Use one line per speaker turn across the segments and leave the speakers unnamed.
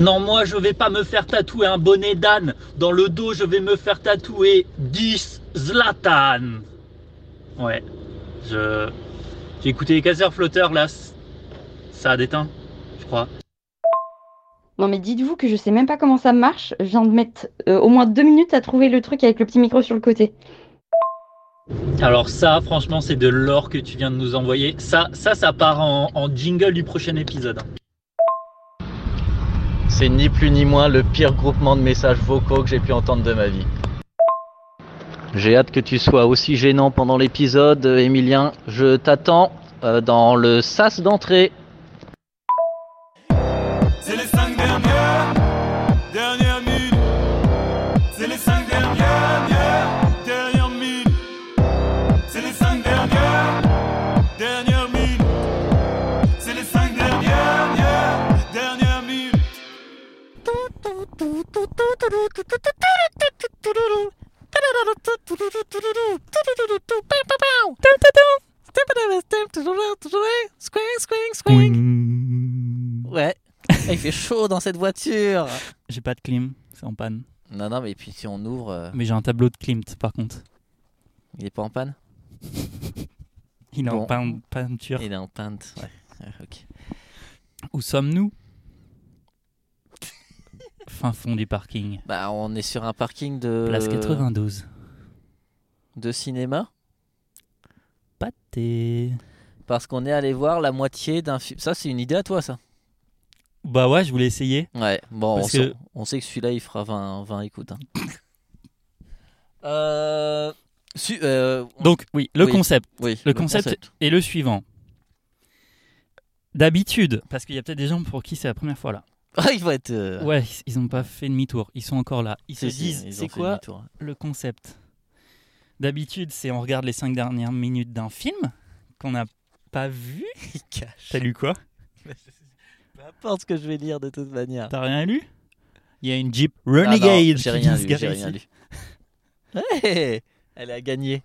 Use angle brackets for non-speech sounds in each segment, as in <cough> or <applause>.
Non, moi, je vais pas me faire tatouer un bonnet d'âne. Dans le dos, je vais me faire tatouer 10 Zlatan. Ouais. Je. J'ai écouté les casseurs flotteurs, là. Ça a déteint, je crois.
Non mais dites-vous que je sais même pas comment ça marche. Je viens de mettre euh, au moins deux minutes à trouver le truc avec le petit micro sur le côté.
Alors ça, franchement, c'est de l'or que tu viens de nous envoyer. Ça, ça, ça part en, en jingle du prochain épisode.
C'est ni plus ni moins le pire groupement de messages vocaux que j'ai pu entendre de ma vie. J'ai hâte que tu sois aussi gênant pendant l'épisode, euh, Emilien. Je t'attends euh, dans le sas d'entrée.
C'est les cinq dernières, dernières minutes. C'est les cinq dernières, dernières, dernières minutes. C'est les cinq dernières, dernières minutes. C'est les cinq dernières, dernières, dernières minutes.
Ouais. Ah, Il fait chaud dans cette voiture.
J'ai pas de clim, c'est en panne.
Non, non, mais puis si on ouvre, euh,
Mais j'ai un tableau de Klimt par contre.
il est pas en panne.
Il est en
Bon.
pein- peinture.
Il est en pinte. Ouais. Ouais, ok.
Où sommes-nous Fin fond du parking.
Bah, on est sur un parking de.
Place 92.
De cinéma.
Pâté.
Parce qu'on est allé voir la moitié d'un film. Ça, c'est une idée à toi, ça.
Bah ouais, je voulais essayer.
Ouais, bon, on,
Parce
sait,
que-
on sait que celui-là, il fera 20, 20 écoutes. hein. <coughs> Euh, su- euh, on-
Donc oui, le
Oui.
concept
oui,
le concept- est le suivant. D'habitude, parce qu'il y a peut-être des gens pour qui c'est la première fois là.
<laughs> Ah, il va être. euh,
Ouais, ils- ils ont pas fait demi-tour, ils sont encore là. Ils se
si, si,
disent,
ils ont
c'est
fait
quoi
demi-tour.
le concept D'habitude, c'est on regarde les cinq dernières minutes d'un film qu'on n'a pas vu.
Il cache.
T'as lu quoi
Peu importe ce que je vais lire de toute manière.
T'as rien lu Il y a une Jeep
Ah non, J'ai
Renegade qui
rien lu.
disparaît
J'ai rien
ici.
lu. <laughs> Ouais, elle a gagné.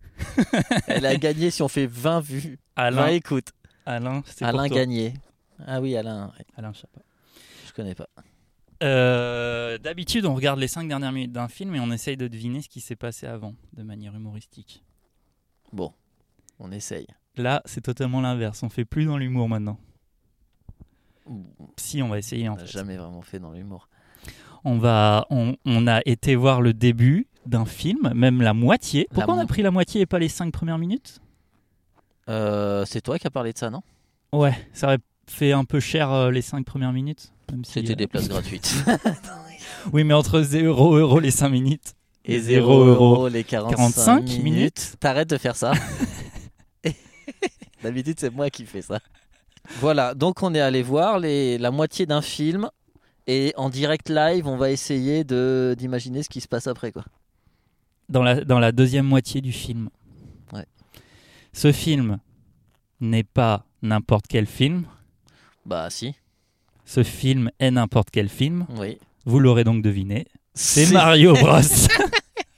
<laughs>
elle a gagné si on fait 20 vues. 20
Alain,
écoutes.
Alain, c'est pour
Alain
toi.
gagné. Ah oui, Alain, ouais,
Alain Chabat.
je connais pas.
Euh, D'habitude, on regarde les cinq dernières minutes d'un film et on essaye de deviner ce qui s'est passé avant, de manière humoristique.
Bon, on essaye.
Là, c'est totalement l'inverse. On fait plus dans l'humour maintenant.
On
Si, on va essayer en
n'a
fait.
jamais vraiment fait dans l'humour.
On, va, on, on a été voir le début d'un film, même la moitié. Pourquoi on a
mo-
pris la moitié et pas les cinq premières minutes
Euh, c'est toi qui as parlé de ça, non
Ouais, ça aurait fait un peu cher euh, les cinq premières minutes. même si,
C'était
euh,
des
<laughs>
places gratuites.
Oui, mais entre 0 euros les 5 minutes.
Et 0
Zéro euro.
euros les 45,
45
minutes.
minutes.
T'arrêtes de faire <laughs> ça. D'habitude, c'est moi qui fais ça. Voilà, donc on est allé voir les, la moitié d'un film. Et en direct live, on va essayer de- d'imaginer ce qui se passe après. quoi.
dans la, dans la deuxième moitié du film.
Ouais.
Ce film n'est pas n'importe quel film.
Bah, si,
Ce film est n'importe quel film.
oui.
Vous l'aurez donc deviné. C'est
<laughs>
Mario Bros.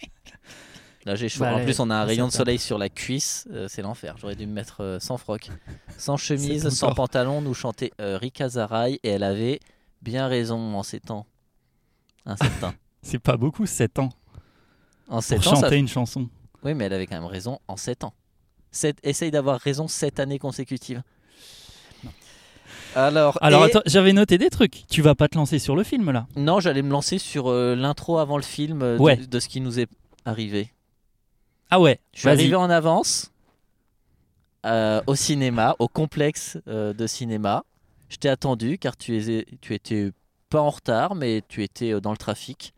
<laughs>
Là, j'ai chaud.
Bah,
en plus, on a un
c'est
rayon de
ça.
soleil sur la cuisse. euh, c'est l'enfer. J'aurais dû me mettre euh, sans froc, sans
C'est
chemise,
ton
sans
corps.
pantalon. Nous chantait euh, Rika Zaraï et elle avait bien raison en ces temps. En ces temps.
C'est pas beaucoup, 7 ans.
En
Pour
7 ans, ça
chanter une chanson.
Oui, mais elle avait quand même raison en 7 ans. Sept- essaye d'avoir raison 7 années consécutives. Alors,
Alors
et-
attends, j'avais noté des trucs. Tu vas pas te lancer sur le film là.
non, j'allais me lancer sur euh, l'intro avant le film euh, de-
Ouais.
de, ce qui nous est arrivé.
Ah ouais,
<laughs> Je suis
vas-y.
arrivé en avance euh, au cinéma, au complexe euh, de cinéma. Je t'ai attendu car tu, es- tu étais pas en retard, mais tu étais euh, dans le trafic.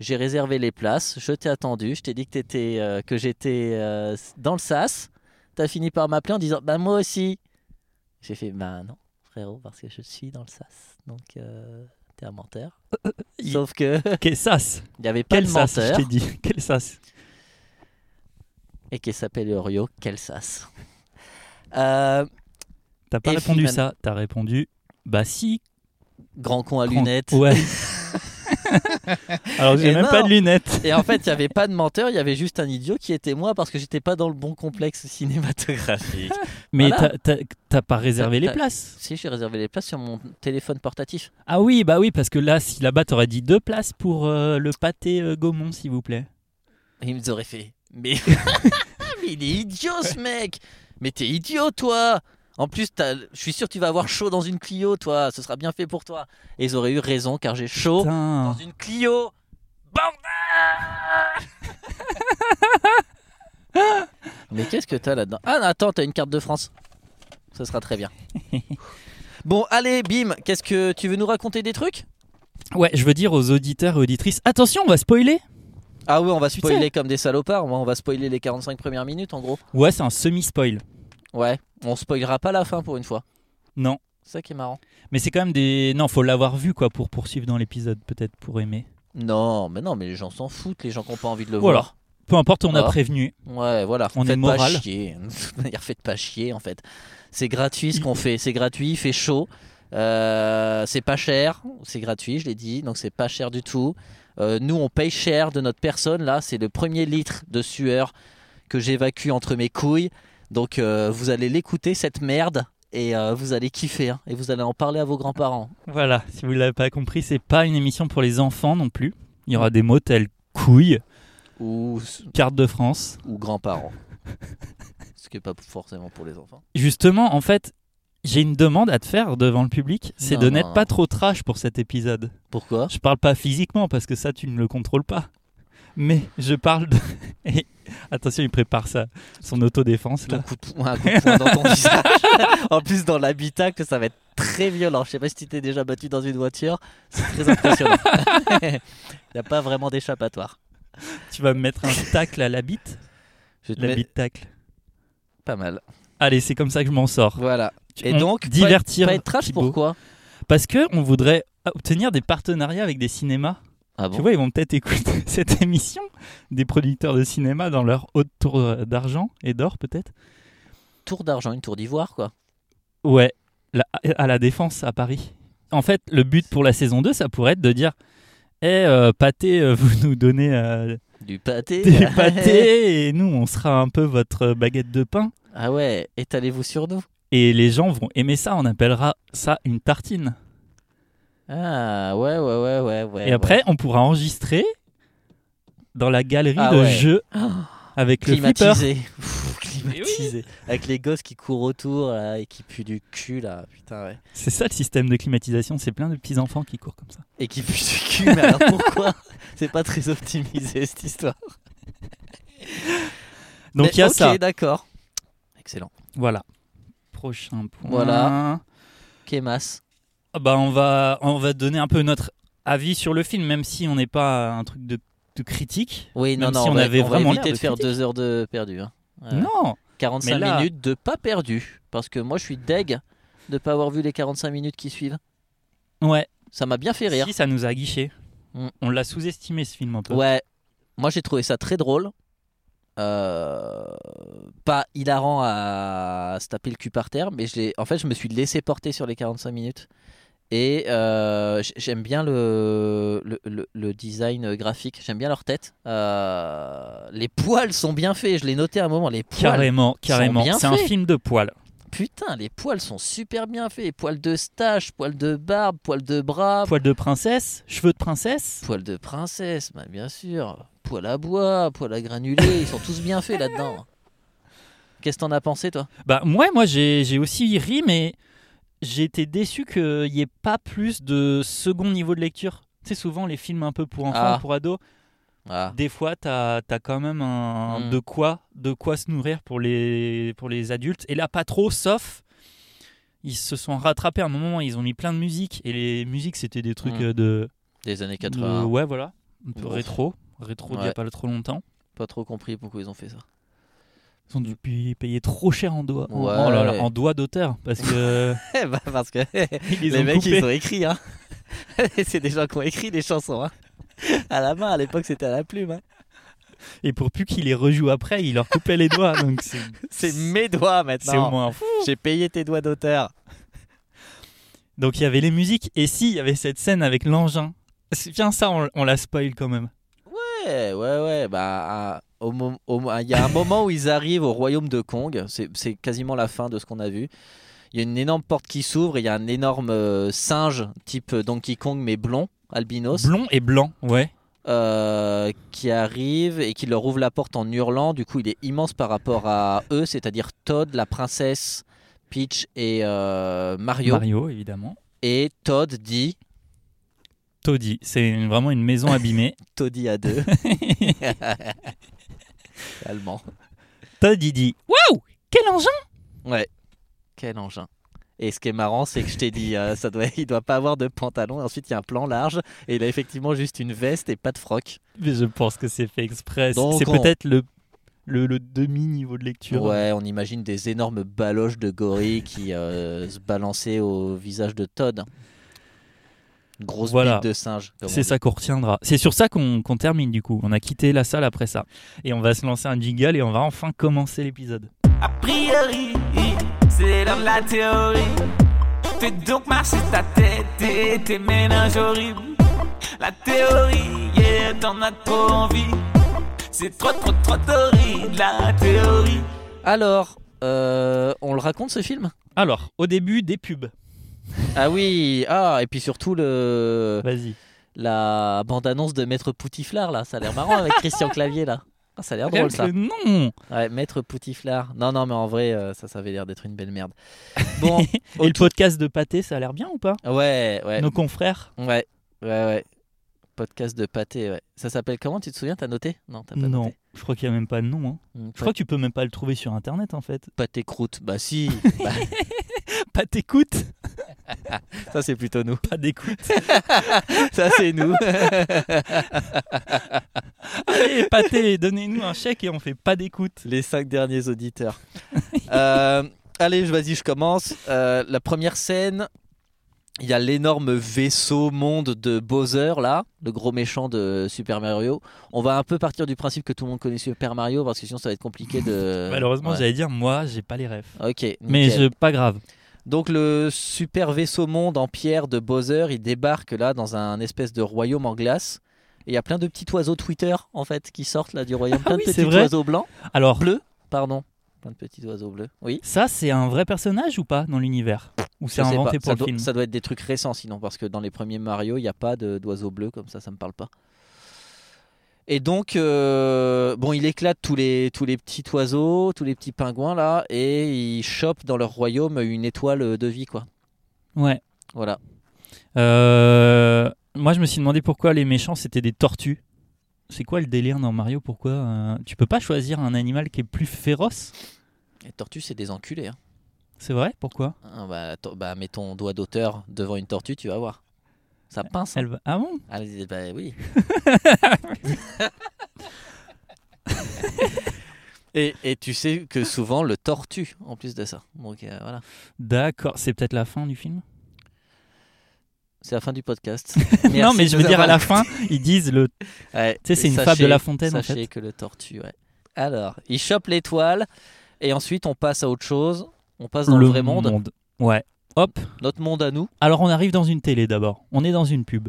J'ai réservé les places, je t'ai attendu, je t'ai dit que, t'étais, euh, que j'étais euh, dans le SAS. T'as fini par m'appeler en disant Bah, moi aussi J'ai fait Bah, non, frérot, parce que je suis dans le SAS. Donc, euh, t'es un menteur.
Euh, Il-
Sauf que <laughs>
Quel sas
il n'y avait pas
Quel
de
sas Je
menteur
t'ai dit. <laughs> Quel sas
et qui s'appelle Orio, quel sas Euh,
T'as pas
Et
répondu
Freeman.
ça. T'as répondu. Bah si.
Grand con à <laughs>
prends-
lunettes.
Ouais. <laughs> Alors j'ai
Et
même
non.
pas de lunettes.
Et en fait, il n'y avait pas de menteur, il y avait juste un idiot qui était moi parce que j'étais pas dans le bon complexe cinématographique.
Mais
Voilà.
t'as- t'as- t'as pas réservé
T'as-
les
t'as-
places.
<laughs> si, j'ai réservé les places sur mon téléphone portatif.
Ah oui, bah oui, parce que là, si là-bas, t'aurais dit deux places pour euh, le pâté euh, Gaumont, s'il vous plaît.
Et il nous aurait fait. <laughs> Mais, Mais il est idiot ce mec Mais t'es idiot toi En plus, t'as- je suis sûr que tu vas avoir chaud dans une Clio toi, ce sera bien fait pour toi. Et ils auraient eu raison car j'ai chaud dans
Putain.
une Clio Bordel Mais qu'est-ce que t'as là-dedans Ah attends, t'as une carte de France. Ce sera très <laughs> bien. Bon, allez, bim, qu'est-ce que tu veux nous raconter des trucs
Ouais, je veux dire aux auditeurs et auditrices, attention, on va spoiler.
Ah ouais, on va
Putain.
spoiler comme des salopards, hein. on va- on va spoiler les 45 premières minutes en gros.
Ouais, c'est un semi-spoil.
Ouais, on spoilera pas la fin pour une fois.
Non.
C'est ça qui est marrant.
Mais c'est quand même des. Non, faut l'avoir vu, quoi, pour poursuivre dans l'épisode, peut-être, pour aimer.
Non, mais non, mais les gens s'en foutent, les gens qui n'ont pas envie de le
Voilà.
voir.
Peu importe, on a
Alors
prévenu.
Ouais, voilà.
On est
faites
moral.
Pas chier. <laughs> De toute manière, faites pas chier en fait. C'est gratuit ce qu'on fait. C'est gratuit, il fait chaud. Euh, c'est pas cher. C'est gratuit, je l'ai dit. Donc c'est pas cher du tout. Euh, nous, on paye cher de notre personne. Là, c'est le premier litre de sueur que j'évacue entre mes couilles. Donc euh, vous allez l'écouter cette merde et euh, vous allez kiffer hein. et vous allez en parler à vos grands-parents.
Voilà, si vous l'avez pas compris, c'est pas une émission pour les enfants non plus. Il y aura des mots tels couille,
Ou
carte de France.
ou grands-parents. Ce qui n'est pas forcément pour les enfants.
Justement, en fait, j'ai une demande à te faire devant le public, c'est
Non,
de
non,
n'être
non.
pas trop trash pour cet épisode.
Pourquoi
Je parle pas physiquement parce que ça, tu ne le contrôles pas. Mais je parle de. <laughs> Et attention, il prépare ça, son autodéfense
Ton
là.
coup de poing, un coup de poing dans ton
<laughs>
visage. en plus, dans l'habitacle, ça va être très violent. Je sais pas si tu t'es déjà battu dans une voiture. C'est très impressionnant.
<laughs>
Il n'y a pas vraiment d'échappatoire.
Tu vas me mettre un tacle à la bite.
Je te
La
mets-
bite tacle.
Pas mal.
Allez, c'est comme ça que je m'en sors.
Voilà. Et
On-
donc,
divertir.
Pas être trash,
Thibaut.
pourquoi
Parce que on voudrait obtenir des partenariats avec des cinémas.
Ah bon
Tu vois, ils vont peut-être écouter <laughs> cette émission des producteurs de cinéma dans leur haute tour euh, d'argent et d'or, peut-être.
Tour d'argent, une tour d'ivoire, quoi.
Ouais, la- à la Défense, à Paris. En fait, le but pour la saison 2, ça pourrait être de dire Eh, euh, pâté, euh, <laughs> vous nous donnez euh,
Du pâté. <laughs>
des pâtés et nous, on sera un peu votre baguette de pain.
ah ouais, étalez-vous sur nous.
Et les gens vont aimer ça, on appellera ça une tartine.
Ah ouais, ouais, ouais, ouais. ouais
et après, on pourra enregistrer dans la galerie
Ah
de
ouais.
jeux
ouais.
avec le flipper. <laughs> Eh
climatisé. Pff, climatisé. Avec les gosses qui courent autour là, et qui puent du cul là, putain ouais.
C'est ça le système de climatisation, c'est plein de petits enfants qui courent comme ça.
Et qui puent du cul, mais alors <laughs> pourquoi C'est pas très optimisé cette histoire.
Donc
Mais
il y a
ok,
ça.
d'accord. Excellent.
Voilà. Prochain point.
Voilà. Kemas.
Ah Bah on va on va donner un peu notre avis sur le film, même si on n'est pas un truc de, de critique.
Oui, non,
Même
non,
si on
va,
avait vraiment
va
l'air
éviter
de
de faire
critique.
deux heures de perdu. hein. Ouais.
Non.
45
Mais là-
minutes de pas perdu. Parce que moi je suis deg de pas avoir vu les 45 minutes qui suivent.
Ouais.
Ça m'a bien fait rire.
Si ça nous a guiché.
Mm.
On l'a sous-estimé ce film un peu.
Ouais, moi j'ai trouvé ça très drôle. Euh, pas hilarant à se taper le cul par terre, mais je l'ai- en fait je me suis laissé porter sur les 45 minutes. Et euh, j- j'aime bien le, le, le- le design graphique, j'aime bien leur tête. Euh, les poils sont bien faits, je l'ai noté à un moment, les poils.
Carrément,
Ils sont
carrément.
bien
C'est un
faits.
film de poils.
Putain, les poils sont super bien faits. Poils de stache, poils de barbe, poils de bras,
Poils de princesse, cheveux de princesse.
Poil de princesse, bah, bien sûr. Poil à bois, poil à granulé, ils sont tous bien faits là-dedans. Qu'est-ce que t'en as pensé, toi
Bah ouais, moi j'ai j'ai aussi ri, mais j'ai été déçu qu'il n'y ait pas plus de second niveau de lecture. Tu sais, souvent les films un peu pour enfants,
Ah.
pour ados, des fois, tu as, quand même un,
Mm.
de, quoi, de quoi se nourrir pour les, pour les adultes. Et là, pas trop, sauf ils se sont rattrapés à un moment, ils ont mis plein de musique. Et les musiques, c'était des trucs
Mm.
euh, de,
Des années
de-
80.
Ouais, voilà. Un peu
Ouf.
rétro. Rétro d'il n'y
Ouais.
a pas trop longtemps.
Pas trop compris pourquoi ils ont fait ça.
Ils ont dû payer payer trop cher en doigts en,
Ouais.
oh là là, en doigts d'auteur. Parce
<laughs>
que
<laughs>
<laughs>
Eh bah, parce que
ils
<laughs>
les,
les
ont
mecs,
coupés.
ils ont écrit, hein. <laughs> C'est des gens qui ont écrit les chansons, hein. À la main, à l'époque, c'était à la plume, hein.
Et pour plus qu'ils les rejouent après, ils leur coupaient les doigts. <laughs> Donc c'est
C'est mes doigts
c'est au
maintenant.
moins un
J'ai payé tes doigts d'auteur.
Donc il y avait les musiques et si il y avait cette scène avec l'engin C'est bien ça, on, on la spoil quand même.
Ouais, ouais, ouais. Bah, à- au mom- au mo- il y a un moment où ils arrivent au royaume de Kong. C'est c'est quasiment la fin de ce qu'on a vu. Il y a une énorme porte qui s'ouvre et il y a un énorme euh, singe type euh, Donkey Kong mais blond, albinos,
Blond et blanc, ouais.
euh, qui arrive et qui leur ouvre la porte en hurlant. Du coup, il est immense par rapport à eux, c'est-à-dire Todd, la princesse, Peach et euh, Mario.
Mario, évidemment.
Et Todd dit
Toddy, c'est une- vraiment une maison
<laughs>
abîmée.
Toddy à deux. Allemand.
Toddy dit Waouh Quel engin
Ouais. Quel engin. Et ce qui est marrant, c'est que je t'ai dit, euh, ça doit, <laughs> il doit pas avoir de pantalon. Ensuite, il y a un plan large et il a effectivement juste une veste et pas de froc.
Mais je pense que c'est fait exprès. C'est
Donc
c'est
on-
peut-être le, le, le demi-niveau de lecture.
Ouais, on imagine des énormes baloches de gorilles qui euh, se balançaient au visage de Todd. Grosse
Voilà.
bite de singe. comme on
C'est
dit.
ça qu'on retiendra. C'est sur ça qu'on qu'on termine du coup. On a quitté la salle après ça. Et on va se lancer un jingle et on va enfin commencer l'épisode.
A priori, c'est l'heure de la théorie. Fais donc marcher ta tête et tes ménages horribles. La théorie, yeah, t'en as trop envie. C'est trop, trop, trop horrible, la théorie.
Alors, euh, on le raconte ce film
Alors, au début, des pubs.
Ah oui, ah, et puis surtout le,
Vas-y.
la bande-annonce de Maître Poutiflard là. Ça a l'air marrant avec Christian Clavier là. Ah, ça a l'air drôle ça.
Regarde le nom
Ouais, Maître Poutiflard. Non, non, mais en vrai, euh, ça, ça avait l'air d'être une belle
<laughs>
merde. Bon,
Et le podcast de Pâté, ça a l'air bien ou pas
ouais, ouais,
Nos confrères
ouais, ouais, ouais. Podcast de pâté, ouais. Ça s'appelle comment Tu te souviens T'as noté Non, t'as pas
Non,
noté.
je crois qu'il n'y a même pas de nom. hein.
Hmm,
Je crois que tu peux même pas le trouver sur internet en fait. <laughs>
Pâté croûte. Bah si. Bah,
Pas d'écoute
ça c'est plutôt nous.
Pas d'écoute
<laughs> Ça c'est
<laughs>
nous.
Allez, Pâté, <laughs> donnez-nous un chèque et on fait pas d'écoute.
Les cinq derniers auditeurs. Euh, allez, je- vas-y, je commence. Euh, la première scène, il y a l'énorme vaisseau monde de Bowser, là, le gros méchant de Super Mario. On va un peu partir du principe que tout le monde connaît Super Mario, parce que sinon ça va être compliqué de...
<laughs> Malheureusement,
Euh, Ouais.
j'allais dire, moi, j'ai pas les rêves.
Ok, nickel.
Mais je- pas grave.
Donc le super vaisseau monde en pierre de Bowser, il débarque là dans un espèce de royaume en glace. Et il y a plein de petits oiseaux Twitter en fait qui sortent là du royaume, plein
Ah oui,
de
c'est
petits
vrai.
oiseaux blancs,
Alors,
bleus, pardon, plein de petits oiseaux bleus. Oui.
Ça, c'est un vrai personnage ou pas dans l'univers Ou c'est
Je sais
inventé
pas,
pour
ça
le
doit,
film
ça doit être des trucs récents sinon, parce que dans les premiers Mario, il n'y a pas de- d'oiseau bleu comme ça, ça me parle pas. Et donc, euh, bon, il éclate tous les, tous les petits oiseaux, tous les petits pingouins là, et il chope dans leur royaume une étoile de vie, quoi.
Ouais.
Voilà.
Euh, Moi, je me suis demandé pourquoi les méchants, c'était des tortues. C'est quoi le délire dans Mario Pourquoi euh, tu peux pas choisir un animal qui est plus féroce
Les tortues, c'est des enculés. hein.
C'est vrai Pourquoi
Ah, bah, to- bah, mets ton doigt d'auteur devant une tortue, tu vas voir. Ça pince. hein.
Elle va- Ah bon
Ah, bah, oui. <laughs> et, et tu sais que souvent le tortue en plus de ça. Donc euh, voilà.
D'accord, c'est peut-être la fin du
<laughs>
film
C'est la fin du podcast.
<laughs> Non,
Merci
mais
de
je
nous
veux dire, à la
avoir
fin, ils disent le.
Ouais,
Tu sais, c'est une
sachez-
fable de La Fontaine, en
Sachez
fait.
que le tortue, ouais. Alors, il chope l'étoile et ensuite on passe à autre chose. On passe dans le, vrai monde.
Ouais. Hop.
notre monde à nous.
Alors, on arrive dans une télé d'abord. On est dans une pub.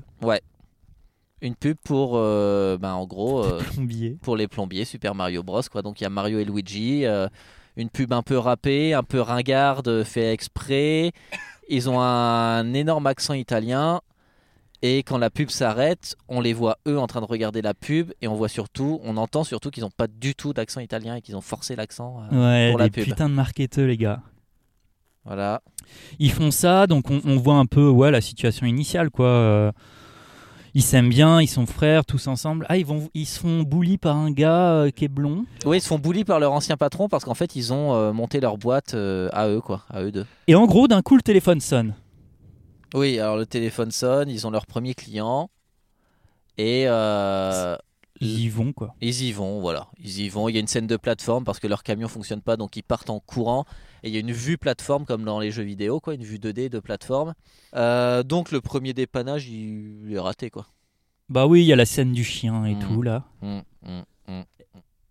Une pub pour, euh, ben, en gros,
<laughs>
euh,
Plombier.
pour les plombiers, Super Mario Bros. Quoi. Donc il y a Mario et Luigi. euh, une pub un peu râpée, un peu ringarde, euh, fait exprès. Ils ont un énorme accent italien. Et quand la pub s'arrête, on les voit eux en train de regarder la pub et on voit surtout, on entend surtout qu'ils n'ont pas du tout d'accent italien et qu'ils ont forcé l'accent. euh,
Ouais,
pour la
les
pub.
putains de marketeux, les gars.
Voilà.
ils font ça, donc on, on voit un peu ouais, la situation initiale, quoi. Euh, ils s'aiment bien, ils sont frères, tous ensemble. Ah, ils, vont, ils se font bully par un gars euh, qui est blond.
Oui, ils se font bully par leur ancien patron parce qu'en fait ils ont euh, monté leur boîte euh, à eux quoi, à eux deux.
Et en gros, d'un coup, le téléphone sonne.
Oui, alors le téléphone sonne, ils ont leur premier client et euh,
Ils y vont, quoi.
Ils y vont, voilà. Ils y vont. Il y a une scène de plateforme parce que leur camion fonctionne pas, donc ils partent en courant. Et il y a une vue plateforme comme dans les jeux vidéo, quoi, une vue 2D de plateforme. Euh, donc le premier dépannage, il est raté, quoi.
Bah oui, il y a la scène du chien et
Mm.
tout, là.
Mm, mm.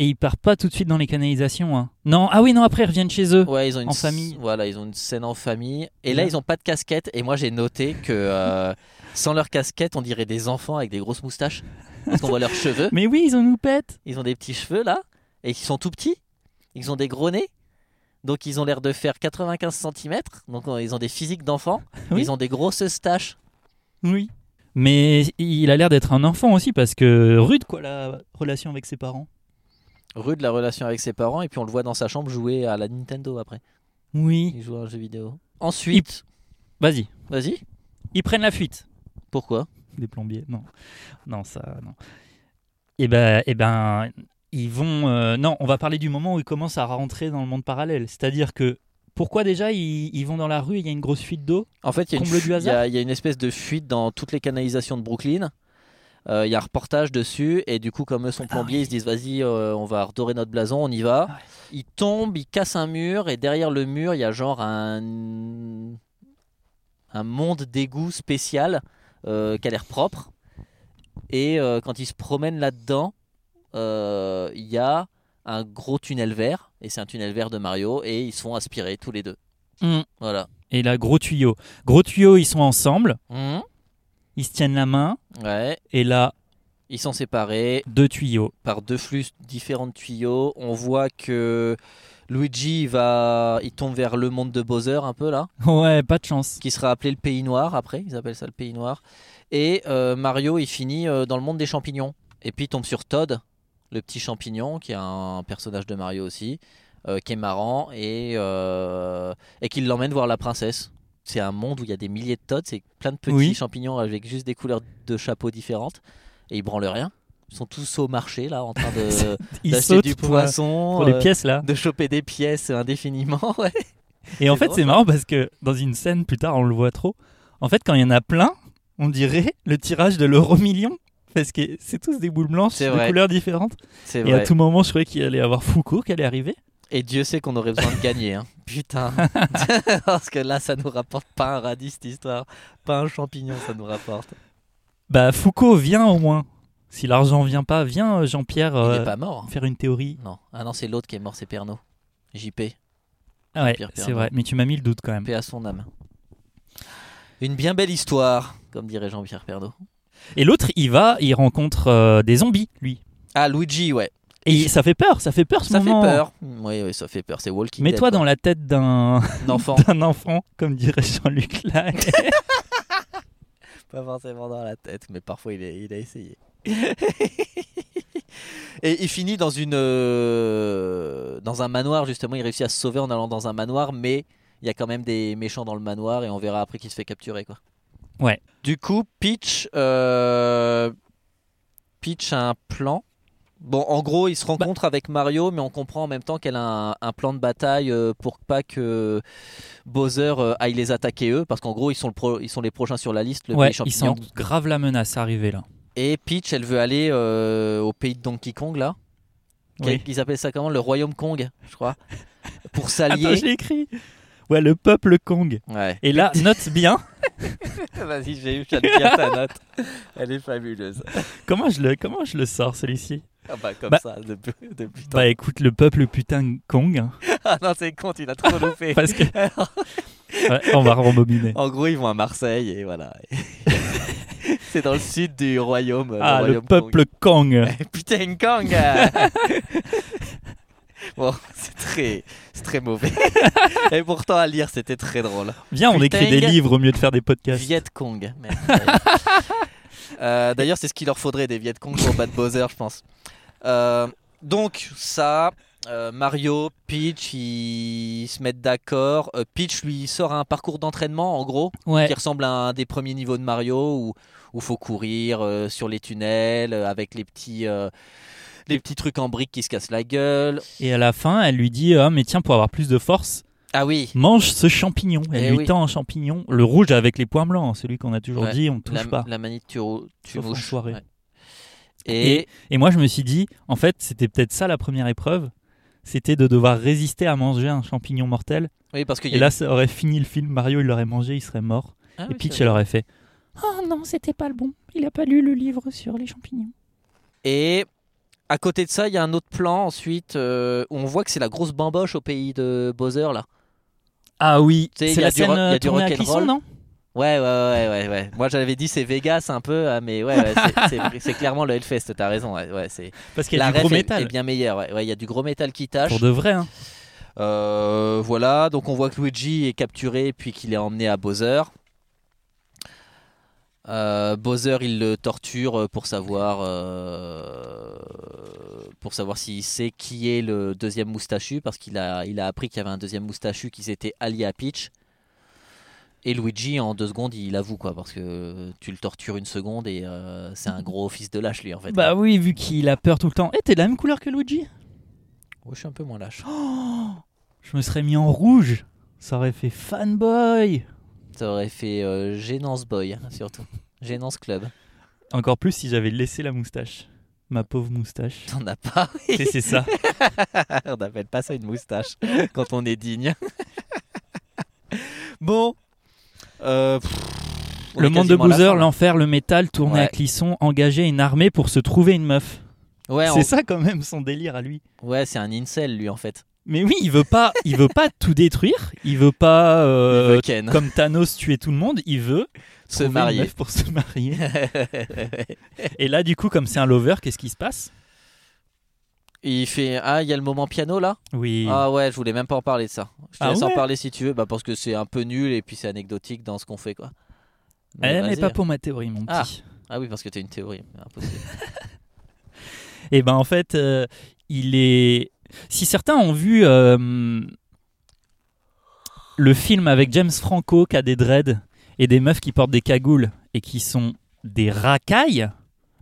Et ils partent pas tout de suite dans les canalisations, hein. Non, ah oui, non, après, ils reviennent chez eux.
Ouais, ils ont une
En
s-
famille.
Voilà, ils ont une scène en famille. Et là,
Ouais.
ils ont pas de casquette. Et moi, j'ai noté que euh, Sans leur casquette, on dirait des enfants avec des grosses moustaches. Parce qu'on voit leurs cheveux.
Mais oui, ils ont une houppette.
Ils ont des petits cheveux là. Et ils sont tout petits. Ils ont des gros nez. Donc ils ont l'air de faire 95 cm. Donc on- ils ont des physiques d'enfants.
Oui.
Ils ont des grosses staches.
Oui. Mais il a l'air d'être un enfant aussi parce que rude quoi la relation avec ses parents.
Rude la relation avec ses parents. Et puis on le voit dans sa chambre jouer à la Nintendo après.
Oui.
Il joue à un jeu vidéo. Ensuite,
Vas-y.
vas-y.
Ils prennent la fuite.
Pourquoi
des plombiers. Non, non, ça, non. Et ben, eh ben, ils vont. euh, non, on va parler du moment où ils commencent à rentrer dans le monde parallèle. C'est-à-dire que pourquoi déjà ils, ils vont dans la rue et il y a une grosse fuite d'eau
En fait, il y, a une
Comble
fu-
du
il y a-
hasard.
il y a une espèce de fuite dans toutes les canalisations de Brooklyn. Euh, Il y a un reportage dessus, et du coup, comme eux sont plombiers, ils se disent vas-y, euh, on va redorer notre blason, on y va.
Ah ouais.
Ils tombent, ils cassent un mur, et derrière le mur, il y a genre un, un monde d'égout spécial euh, qui a l'air propre. Et euh, quand ils se promènent là-dedans, euh, il y a un gros tunnel vert, et c'est un tunnel vert de Mario, et ils se font aspirer tous les deux.
Mm.
Voilà.
Et là, gros tuyau. Gros tuyau, ils sont ensemble,
Mhm.
ils se tiennent la main.
Ouais.
Et là,
Ils sont séparés
deux tuyaux.
par deux flux différents de tuyaux. On voit que Luigi il va, il tombe vers le monde de Bowser un peu là,
Ouais, pas de chance.
qui sera appelé le Pays Noir après. Ils appellent ça le Pays Noir. Et euh, Mario, il finit euh, dans le monde des champignons. Et puis il tombe sur Todd, le petit champignon, qui est un personnage de Mario aussi, euh, qui est marrant et euh, et qui l'emmène voir la princesse. C'est un monde où il y a des milliers de Todd, c'est plein de petits
Oui.
champignons avec juste des couleurs de chapeaux différentes. Et ils branlent rien. Ils sont tous au marché là, en train de
<laughs> Ils
d'acheter
sautent
du
pour,
poisson,
pour les
euh,
pièces là.
de choper des pièces indéfiniment. <laughs> ouais.
Et en
C'est
fait,
drôle,
c'est
ça.
marrant parce que dans une scène plus tard, on le voit trop. En fait, quand il y en a plein, on dirait <laughs> le tirage de l'euro million. Parce que c'est tous des boules blanches
C'est
de
vrai.
couleurs différentes.
C'est
Et
vrai.
à tout moment, je croyais qu'il allait y avoir Foucault qui allait arriver.
Et Dieu sait qu'on aurait besoin de gagner. hein. <laughs> Putain. Parce que là, ça nous rapporte pas un radis cette histoire. Pas un champignon, ça nous rapporte.
Bah, Foucault vient au moins. Si l'argent vient pas, vient euh, Jean-Pierre
Il
euh,
est pas mort. hein.
faire une théorie.
Non. Ah non, c'est l'autre qui est mort, c'est Pernod. JP.
Ah ouais,
Pierre
c'est
Pernaut.
vrai. Mais tu m'as mis le doute quand même.
Paix à son âme. Une bien belle histoire, comme dirait Jean-Pierre Pernod.
Et l'autre, il va, il rencontre euh, des zombies, lui.
Ah, Luigi, ouais.
Et il- ça fait peur, ça fait peur ce
Ça fait
moment.
peur. Oui, oui, ça fait peur. C'est Walking
Mets-toi dans la tête d'un
l'enfant.
d'un enfant, comme dirait Jean-Luc Lahaye.
<laughs> Pas forcément dans la tête, mais parfois il, est- il a essayé. <laughs> Et il finit dans une euh, dans un manoir justement. Il réussit à se sauver en allant dans un manoir, mais il y a quand même des méchants dans le manoir et on verra après qu'il se fait capturer quoi.
Ouais.
Du coup, Peach euh, Peach a un plan. Bon, en gros, il se
Bah
rencontre avec Mario, mais on comprend en même temps qu'elle a un, un plan de bataille euh, pour pas que Bowser euh, aille les attaquer eux, parce qu'en gros, ils sont, le pro- ils sont les prochains sur la liste, le
ouais,
pays
il
champignon.
sent grave la menace arriver là.
Et Peach, elle veut aller euh, au pays de Donkey Kong, là.
Oui.
Ils appellent ça comment Le Royaume Kong, je crois. Pour
Attends, je
s'allier.
l'ai écrit. Ouais, le peuple Kong.
Ouais.
Et là, note bien.
<laughs> Vas-y, j'ai eu, j'aime bien ta note. Elle est fabuleuse.
Comment je le, comment je le sors celui-ci
Ah bah, comme
Bah-
ça, depuis, depuis tant-
Bah écoute, le peuple putain Kong.
<laughs>
hein,
Ah non, c'est con, tu l'as trop <laughs> loupé.
parce que. Ouais, on
<laughs>
va rembobiner.
en gros, ils vont à Marseille, et voilà. <laughs> c'est dans le sud du Royaume. euh,
Ah, le
Royaume Kong. <laughs>
peuple Kong.
Putain, Kang euh. Bon, c'est très, c'est très mauvais. <laughs> Et pourtant, à lire, c'était très drôle.
Viens, on écrit des
Putain.
livres au mieux de faire des podcasts.
Viet
<laughs>
Cong. merde. Euh, D'ailleurs, c'est ce qu'il leur faudrait des Viet Cong pour battre Bowser, je pense. Euh, donc, ça, euh, Mario, Peach, ils se mettent d'accord. Euh, Peach lui sort un parcours d'entraînement, en gros,
Ouais.
qui ressemble à un des premiers niveaux de Mario où où faut courir euh, sur les tunnels euh, avec les petits euh, les petits trucs en briques qui se cassent la gueule.
Et à la fin, elle lui dit Ah, mais tiens, pour avoir plus de force,
Ah oui,
mange ce champignon. Elle
Eh
lui
oui.
tend un champignon, le rouge avec les points blancs, hein, celui qu'on a toujours
Ouais,
dit, on ne touche
la,
pas.
la manip tu, tu
Sauf en
mouches.
soirée.
Ouais. Et,
Et moi, je me suis dit En fait, c'était peut-être ça la première épreuve. C'était de devoir résister à manger un champignon mortel.
oui, parce qu'il y
Et
a
là, ça aurait fini le film. Mario, il l'aurait mangé, il serait mort.
Ah
Et
oui,
Peach,
c'est
elle
vrai.
aurait fait Oh non, c'était pas le bon. Il a pas lu le livre sur les champignons.
Et à côté de ça, il y a un autre plan ensuite euh, où on voit que c'est la grosse bamboche au pays de Bowser là.
Ah oui,
Tu sais,
c'est
il y a
la
du ro-
scène
il y a
euh,
du
tournée à
rock'n'roll.
Clisson, non
Ouais, ouais, ouais, ouais, ouais. Moi, j'avais dit c'est Vegas un peu, hein, mais ouais, ouais, c'est- c'est vrai- c'est clairement le Hellfest, t'as raison. Ouais, ouais, c'est-
Parce qu'il y
la
a du gros
ref est-
métal.
est bien meilleure. Ouais, Ouais, il y a du gros métal qui tâche.
Pour de vrai, hein.
Euh, voilà, donc on voit que Luigi est capturé puis qu'il est emmené à Bowser. Euh, Bowser, il le torture pour savoir, euh, pour savoir s'il sait qui est le deuxième moustachu, parce qu'il a, il a appris qu'il y avait un deuxième moustachu qui s'était allié à Peach. Et Luigi, en deux secondes, il avoue, quoi, parce que tu le tortures une seconde et euh, c'est un gros fils de lâche, lui, en fait.
Bah oui, vu qu'il a peur tout le temps. Eh, t'es de la même couleur que Luigi
Ouais, je suis un peu moins lâche.
Oh Je me serais mis en rouge. Ça aurait fait fanboy.
Ça aurait fait euh, Gênance Boy, hein, surtout. Gênance Club.
Encore plus si j'avais laissé la moustache. Ma pauvre moustache.
T'en as pas <laughs>
Tu sais, c'est ça.
On n'appelle pas ça une moustache <laughs> quand on est
<laughs>
digne. bon. Euh, pff, on
Le
est
monde de
quasiment à la
Boozer,
fin, là.
l'enfer, le métal, tourner
Ouais.
à Clisson, engager une armée pour se trouver une meuf.
Ouais,
c'est
on-
ça quand même son délire à lui.
ouais, c'est un incel lui en fait.
Mais oui, il veut pas, il veut pas tout détruire. Il
<laughs>
veut pas, euh,
Le Ken.
comme Thanos, tuer tout le monde. Il veut
<laughs> Se
trouver une
marier.
meuf pour se
<laughs>
marier. Et là, du coup, comme c'est un lover, qu'est-ce qui se passe
il fait ah il y a le moment piano là.
Oui.
Ah ouais, je voulais même pas en parler de ça. Je te
Ah
laisse en
ouais
parler si tu veux, bah parce que c'est un peu nul et puis c'est anecdotique dans ce qu'on fait quoi. Mais
Elle n'est
vas-y.
Eh, pas pour ma théorie, mon petit.
Ah. Ah oui parce que t'es une théorie, impossible.
Et ben en fait, euh, il est. Si certains ont vu euh, le film avec James Franco qui a des dreads et des meufs qui portent des cagoules et qui sont des racailles,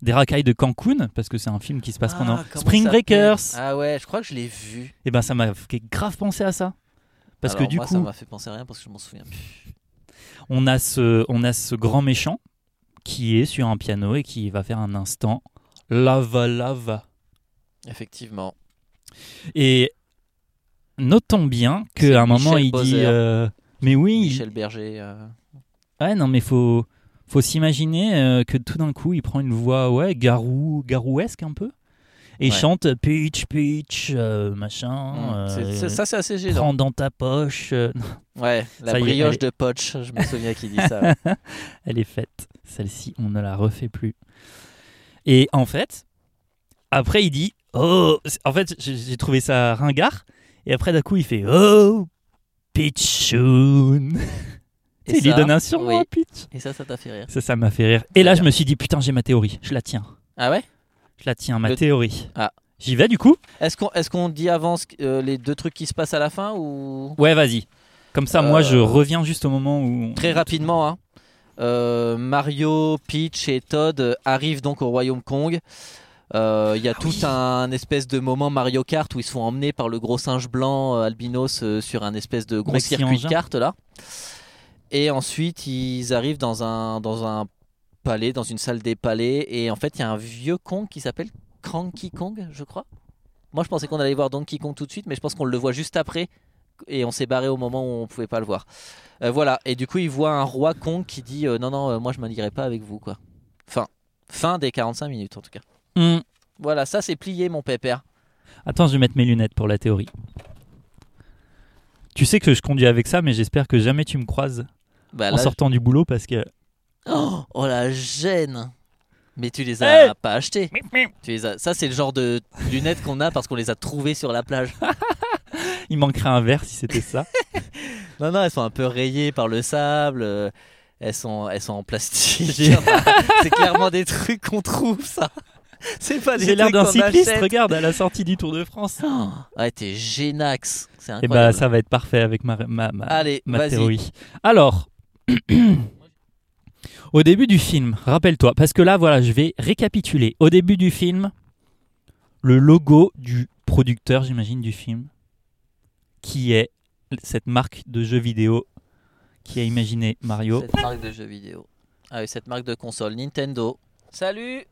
des racailles de Cancun, parce que c'est un film qui se passe
Ah,
pendant
comment ça
Spring
s'appelle
Breakers.
Ah ouais, je crois que je l'ai vu.
Et ben ça m'a fait grave penser à ça. Parce
Alors,
que du
moi, ça
coup,
m'a fait penser à rien parce que je m'en souviens plus.
on a, ce, on a ce grand méchant qui est sur un piano et qui va faire un instant lava lava.
Effectivement.
Et notons bien
C'est
qu'à un moment,
Michel
il dit.
Bowser.
euh, mais oui, il-
Michel Berger. euh,
ouais, non, mais faut, faut s'imaginer euh, que tout d'un coup, il prend une voix, ouais, garou, garouesque un peu. Et il
Ouais.
chante Peach, Peach, euh, machin.
Mm. C'est-
euh,
c'est- ça, c'est assez gênant.
prends dans ta poche. euh, <laughs> non,
Ouais, la
Ça y est,
brioche
elle
de Poch, je me souviens qui dit
<laughs>
ça. ouais.
Elle est faite. Celle-ci, on ne la refait plus. Et en fait, après, il dit Oh En fait, j'ai j'ai trouvé ça ringard. Et après, d'un coup, il fait Oh Peach Soon. Tu sais,
Et
il lui
ça-
donne un surnom,
oui.
à Peach.
Et ça, ça t'a fait rire.
Ça, ça m'a fait rire.
Euh,
Et là, je me suis dit, putain, j'ai ma théorie. Je la tiens.
Ah ouais
Je la tiens, ma
Le-
théorie.
Ah.
J'y vais du coup
Est-ce qu'on est qu'on dit avant ce que- euh, les deux trucs qui se passent à la fin ou
Ouais, vas-y. Comme ça, moi,
Euh,
je reviens juste au moment où.
Très rapidement, hein. Euh, Mario, Peach et Todd euh, arrivent donc au Royaume Kong. Euh, Il y a tout
oui.
un espèce de moment Mario Kart où ils sont emmenés par le gros singe blanc euh, albinos euh, sur un espèce de gros
Maxi
circuit de
engin.
cartes là. Et ensuite ils arrivent dans un, dans un palais, dans une salle des palais. Et en fait il y a un vieux Kong qui s'appelle Cranky Kong, je crois. Moi je pensais qu'on allait voir Donkey Kong tout de suite, mais je pense qu'on le voit juste après. Et on s'est barré au moment où on pouvait pas le voir. Euh, voilà, et du coup, il voit un roi con qui dit euh, Non, non, euh, moi je m'allierai pas avec vous, quoi. Fin. Fin des 45 minutes, en tout cas.
Hum.
Voilà, ça c'est plié, mon pépère.
Attends, je vais mettre mes lunettes pour la théorie. Tu sais que je conduis avec ça, mais j'espère que jamais tu me croises
Bah,
en
là,
sortant du boulot parce que.
oh, <gasps> oh, la gêne Mais tu les as
Eh
pas achetés. Tu les as... Ça, c'est le genre de lunettes qu'on a parce qu'on les a trouvées sur la plage.
Il manquerait un verre si c'était ça.
<laughs> Non, non, elles sont un peu rayées par le sable. euh, Elles sont, elles sont en plastique.
J'ai-
<laughs> c'est clairement des trucs qu'on trouve, ça. C'est pas des
J'ai l'air
trucs
d'un
qu'on
cycliste,
achète.
regarde, à la sortie du Tour de France.
Oh, ouais, t'es génax. C'est
Et bah,
incroyable.
ça va être parfait avec ma, ma, ma,
Allez,
ma
vas-y.
théorie. Alors, <clears throat> au début du film, rappelle-toi, parce que là, voilà, je vais récapituler. Au début du film, le logo du producteur, j'imagine, du film, qui est cette marque de jeux vidéo qui a imaginé Mario.
Cette marque de jeux vidéo. Ah oui, cette marque de console, Nintendo. Salut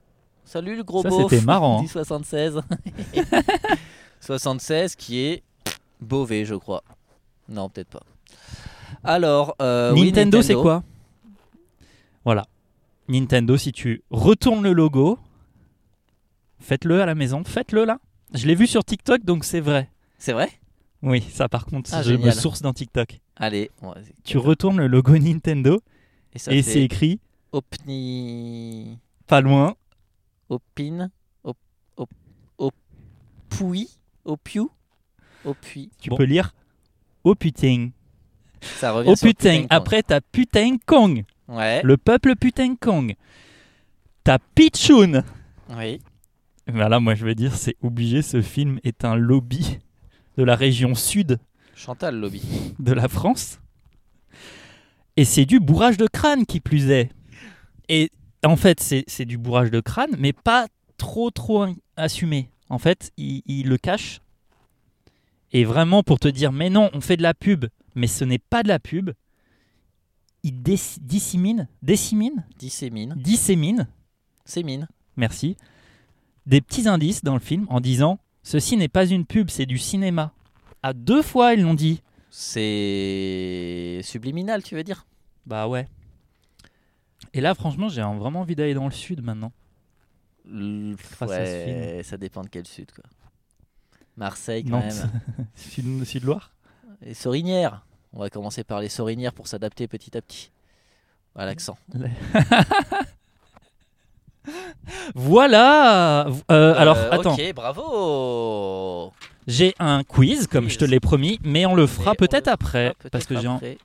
Salut le gros
Ça,
beauf
c'était marrant,
<laughs>
hein.
1076. 76 qui est Beauvais, je crois. Non, peut-être pas. Alors, euh, oui,
Nintendo, c'est quoi Voilà. Nintendo, si tu retournes le logo, faites-le à la maison, faites-le là. Je l'ai vu sur TikTok, donc c'est vrai.
C'est vrai
Oui, ça par contre,
Ah,
je me
génial.
source dans TikTok.
Allez. on va-
Tu retournes le logo Nintendo
Et ça
Et c'est
fait
écrit
Opni.
pas loin.
Opine. Op. Op. Op. Pouy. Opiou. Opuy.
Tu
Bon,
peux lire Oh putain.
Ça revient
Oh
sur
putain.
Kong. Eh.
Après, t'as putain Kong.
Ouais.
Le peuple putain Kong. T'as Pichoun.
Oui.
Ben là, moi, je veux dire, c'est obligé. Ce film est un lobby de la région sud
Chantal Lobby.
de la France. Et c'est du bourrage de crâne qui plus est. Et en fait, c'est c'est du bourrage de crâne, mais pas trop, trop in- assumé. En fait, il, il le cache. Et vraiment, pour te dire, mais non, on fait de la pub, mais ce n'est pas de la pub, il dé- dissémine, dissémine,
Dissémine.
dissémine,
Sémine.
merci, des petits indices dans le film en disant, ceci n'est pas une pub, c'est du cinéma. À deux fois, ils l'ont dit.
C'est subliminal, tu veux dire
Bah ouais. Et là, franchement, j'ai en- vraiment envie d'aller dans le sud maintenant.
L-
à ce
Ouais, ça dépend de quel sud, quoi. Marseille, quand
Nantes.
même.
sud, sud Loire
Et Sorinière. On va commencer par les Sorinières pour s'adapter petit à petit à l'accent.
Voilà Euh, Alors,
Euh,
attends,
Ok, bravo
j'ai un quiz, comme je te
Quiz.
l'ai promis, mais on le
Mais on
fera
le
peut-être
fera
après.
peut-être
Euh, parce que j'ai. en-
après.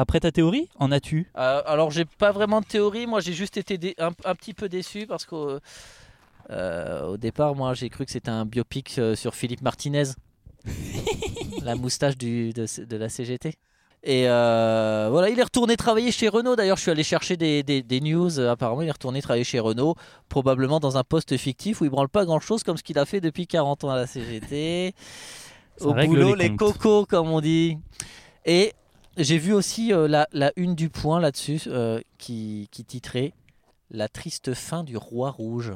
Après ta théorie En as-tu
Euh, alors, j'ai pas vraiment de théorie. Moi, j'ai juste été dé- un, un petit peu déçu parce qu'au euh, au départ, moi, j'ai cru que c'était un biopic euh, sur Philippe Martinez, la moustache du, de, c- de la CGT. Et euh, voilà, il est retourné travailler chez Renault. D'ailleurs, je suis allé chercher des, des- des news. Euh, Apparemment, il est retourné travailler chez Renault, probablement dans un poste fictif où il branle pas grand-chose comme ce qu'il a fait depuis 40 ans à la CGT.
Ça
Au
règle
boulot,
les
les
comptes.
cocos, comme on dit. Et j'ai vu aussi euh, la, la une du point là-dessus euh, qui, qui titrait La triste fin du roi rouge.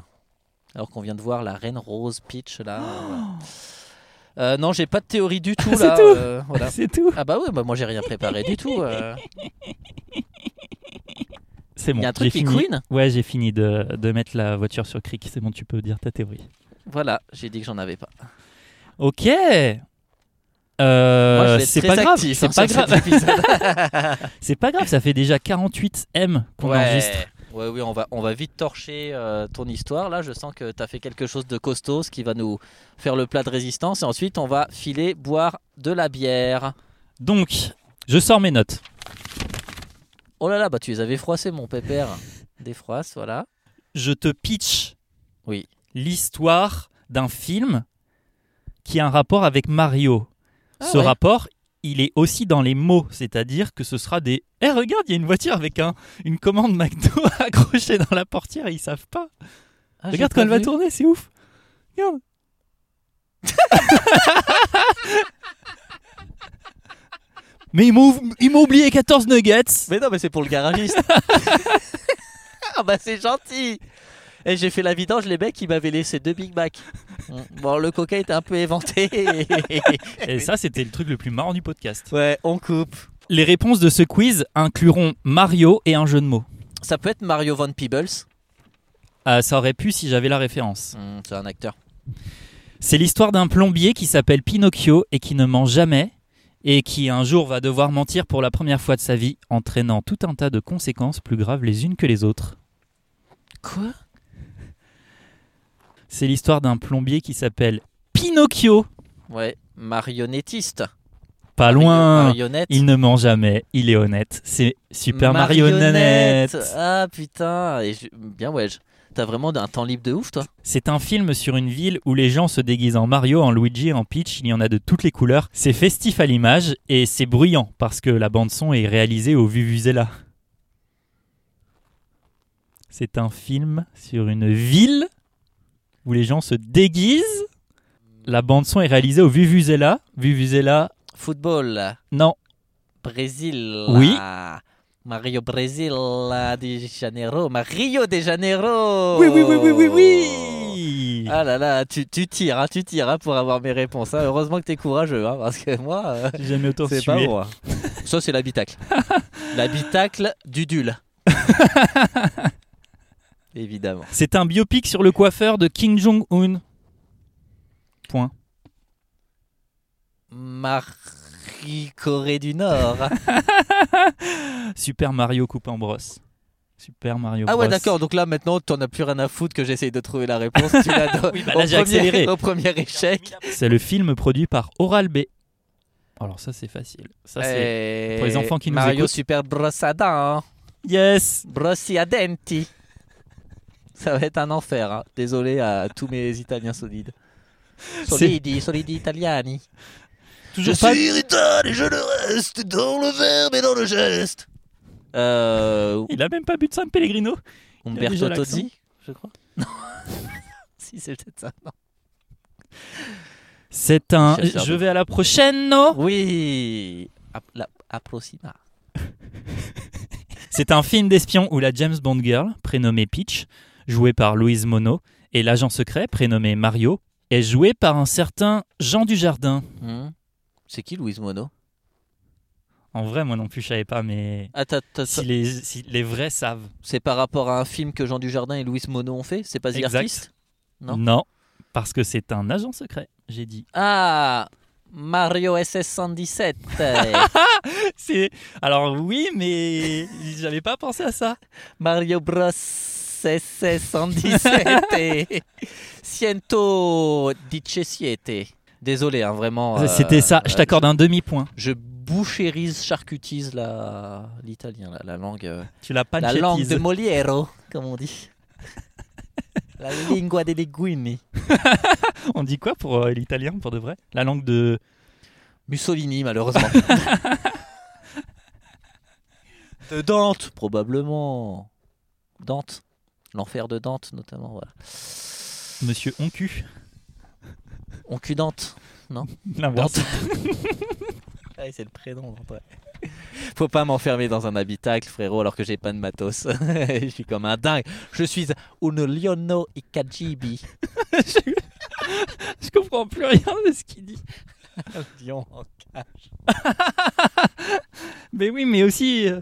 Alors qu'on vient de voir la reine rose Peach là. voilà. Euh, non, j'ai pas de théorie du tout
Oh <laughs> C'est
là.
tout.
euh, <laughs> voilà.
C'est tout
Ah bah oui, bah moi j'ai rien préparé du tout. euh.
C'est
Il
bon.
y a un
j'ai
truc qui
fini.
couine.
Ouais, j'ai fini de, de mettre la voiture sur cric. C'est bon, tu peux dire ta théorie.
Voilà, j'ai dit que j'en avais pas.
Ok
Moi, je
Euh,
vais être
c'est
très
pas grave,
actif, hein,
c'est pas
sur cet
grave, <laughs>
épisode.
c'est pas grave, ça fait déjà 48 M qu'on
Ouais.
enregistre.
Ouais, oui, on va, on va vite torcher euh, ton histoire. Là, je sens que tu as fait quelque chose de costaud, ce qui va nous faire le plat de résistance. Et ensuite, on va filer boire de la bière.
Donc, je sors mes notes.
Oh là là, bah tu les avais froissés, mon pépère. Des froisses, voilà.
je te pitch
Oui.
l'histoire d'un film qui a un rapport avec Mario.
Ah
ce
ouais.
rapport, il est aussi dans les mots, c'est-à-dire que ce sera des Eh regarde, il y a une voiture avec un, une commande McDo <laughs> accrochée dans la portière et ils savent pas.
Ah, j'ai
regarde
pas
quand elle va
vu.
tourner, c'est ouf. Regarde. <laughs> Mais ils m'ont ils m'ont oublié 14 nuggets.
Mais non, mais c'est pour le <laughs> garagiste. ah bah c'est gentil. Et j'ai fait la vidange, les mecs, ils m'avaient laissé deux Big Mac. Mm. Bon, le coca était un peu éventé.
Et ça, c'était le truc le plus marrant du podcast.
<laughs> ouais, on coupe.
Les réponses de ce quiz incluront Mario et un jeu de mots.
Ça peut être Mario Von Peebles.
Ah, ça aurait pu si j'avais la référence.
Hmm, c'est un acteur.
C'est l'histoire d'un plombier qui s'appelle Pinocchio et qui ne ment jamais et qui un jour va devoir mentir pour la première fois de sa vie, entraînant tout un tas de conséquences plus graves les unes que les autres.
Quoi
C'est l'histoire d'un plombier qui s'appelle Pinocchio.
Ouais, marionnettiste.
Pas loin.
Marionnette.
Il ne ment jamais, il est honnête. C'est Super
Marionnette.
Marionnette.
Ah putain. Et je- Bien ouais, je- t'as vraiment un temps libre de ouf toi.
C'est un film sur une ville où les gens se déguisent en Mario, en Luigi, en Peach, il y en a de toutes les couleurs. C'est festif à l'image et c'est bruyant parce que la bande son est réalisée au Vuvuzela. C'est un film sur une ville où les gens se déguisent. La bande son est réalisée au Vuvuzela. Vuvuzela,
Football.
non,
Brésil.
Oui.
Mario Brésil de Janeiro. Mario de Janeiro.
Oui, oui, oui, oui, oui, oui
Ah là là, tu, tu tires, hein, tu tires hein, pour avoir mes réponses. hein. Heureusement que t'es courageux, hein, parce que moi, euh,
J'ai jamais autant
c'est pas <laughs>
sué.
moi. Ça, c'est
<laughs>
l'habitacle. l'habitacle du Dul. Évidemment.
C'est un biopic sur le coiffeur de Kim Jong-un. Point. <laughs>
Marie Corée du Nord.
Super Mario coupé en brosse. Super Mario
Ah ouais,
Bros.
d'accord. Donc là, maintenant, t'en as plus rien à foutre que j'essaye de trouver la réponse. tu l'as dans-
<laughs> Oui, bah
au,
là, j'ai accéléré.
premier, au premier échec.
C'est le film produit par Oral B. Alors ça c'est facile. Ça c'est
Et
pour les enfants qui nous
Euh, Mario
écoutent.
Super brosse à dents. hein.
yes.
Brossi a denti. Ça va être un enfer. hein. Désolé à tous mes Italiens solides. Solidi, solidi italiani.
Toujours pas.
irritable et je le reste dans le verbe et dans le geste. Euh,
Il a même pas bu de San Pellegrino.
Umberto
déjà l'accent.
Tozzi, je crois. Non. <laughs> si, c'est peut-être ça. non.
C'est un.
Chef
Je
serveur.
vais à la prochaine. non
Oh. Oui. Ap- la- Approxima.
C'est un film d'espion où la James Bond girl, prénommée Peach, jouée par Louise Mono, et l'agent secret, prénommé Mario, est joué par un certain Jean Dujardin.
Hmm. C'est qui Louise Mono
En vrai, moi non plus, je savais pas, mais
Ah, t'as- t'as-
si les, si les vrais savent.
C'est par rapport à un film que Jean Dujardin et Louise Mono ont fait C'est pas The
Exact.
Artist Non.
parce que c'est un agent secret, j'ai dit.
Ah Mario <laughs> SS117 euh,
C'est alors oui, mais j'avais pas pensé à ça.
Mario Bros SS117 et Ciento diciassiete. Désolé, hein, vraiment. euh,
C'était ça. Je
euh,
t'accorde un demi point.
Je bouchérise, charcutise la- l'italien, la, la langue. euh,
Tu l'as pas
la langue de Molière, comme on dit. la lingua dei linguini.
On dit quoi pour euh, l'italien pour de vrai La langue de
Mussolini, malheureusement. de Dante, probablement. Dante. L'enfer de Dante, notamment. Voilà.
Monsieur Oncu. <laughs>
On cul Dante.
L'inverse.
Dante. Ah, c'est le prénom, Dante. ouais. <laughs> Faut pas m'enfermer dans un habitacle, frérot, alors que j'ai pas de matos. <laughs> Je suis comme un dingue. Je suis un Liono Ikajibi.
<laughs> Je comprends plus rien de ce qu'il dit.
Lion.
Mais oui, mais aussi. euh,